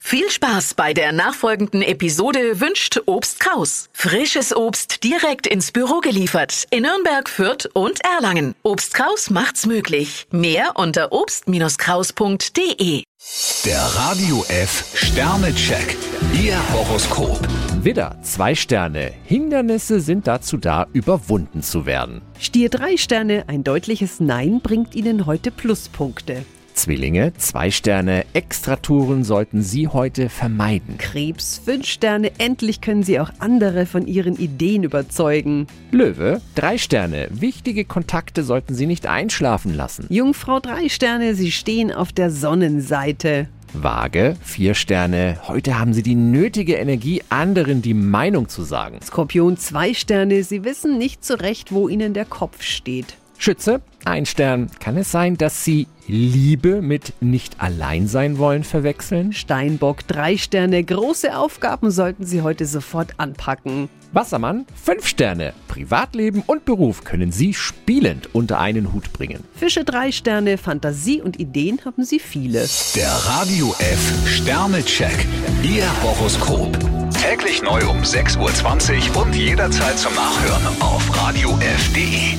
Viel Spaß bei der nachfolgenden Episode wünscht Obst Kraus. Frisches Obst direkt ins Büro geliefert in Nürnberg, Fürth und Erlangen. Obst Kraus macht's möglich. Mehr unter obst-kraus.de. Der Radio F Sternecheck. Ihr Horoskop. Widder, zwei Sterne. Hindernisse sind dazu da, überwunden zu werden. Stier drei Sterne, ein deutliches Nein bringt Ihnen heute Pluspunkte. Zwillinge, zwei Sterne. Extratouren sollten Sie heute vermeiden. Krebs fünf Sterne, endlich können Sie auch andere von Ihren Ideen überzeugen. Löwe, drei Sterne. Wichtige Kontakte sollten Sie nicht einschlafen lassen. Jungfrau drei Sterne, Sie stehen auf der Sonnenseite. Waage, vier Sterne. Heute haben Sie die nötige Energie, anderen die Meinung zu sagen. Skorpion zwei Sterne, Sie wissen nicht so recht, wo Ihnen der Kopf steht. Schütze, ein Stern. Kann es sein, dass Sie Liebe mit nicht allein sein wollen verwechseln? Steinbock drei Sterne, große Aufgaben sollten Sie heute sofort anpacken. Wassermann, fünf Sterne. Privatleben und Beruf können Sie spielend unter einen Hut bringen. Fische drei Sterne, Fantasie und Ideen haben Sie viele. Der Radio F Sternecheck. Ihr Horoskop. Täglich neu um 6.20 Uhr und jederzeit zum Nachhören auf Radio radiof.de.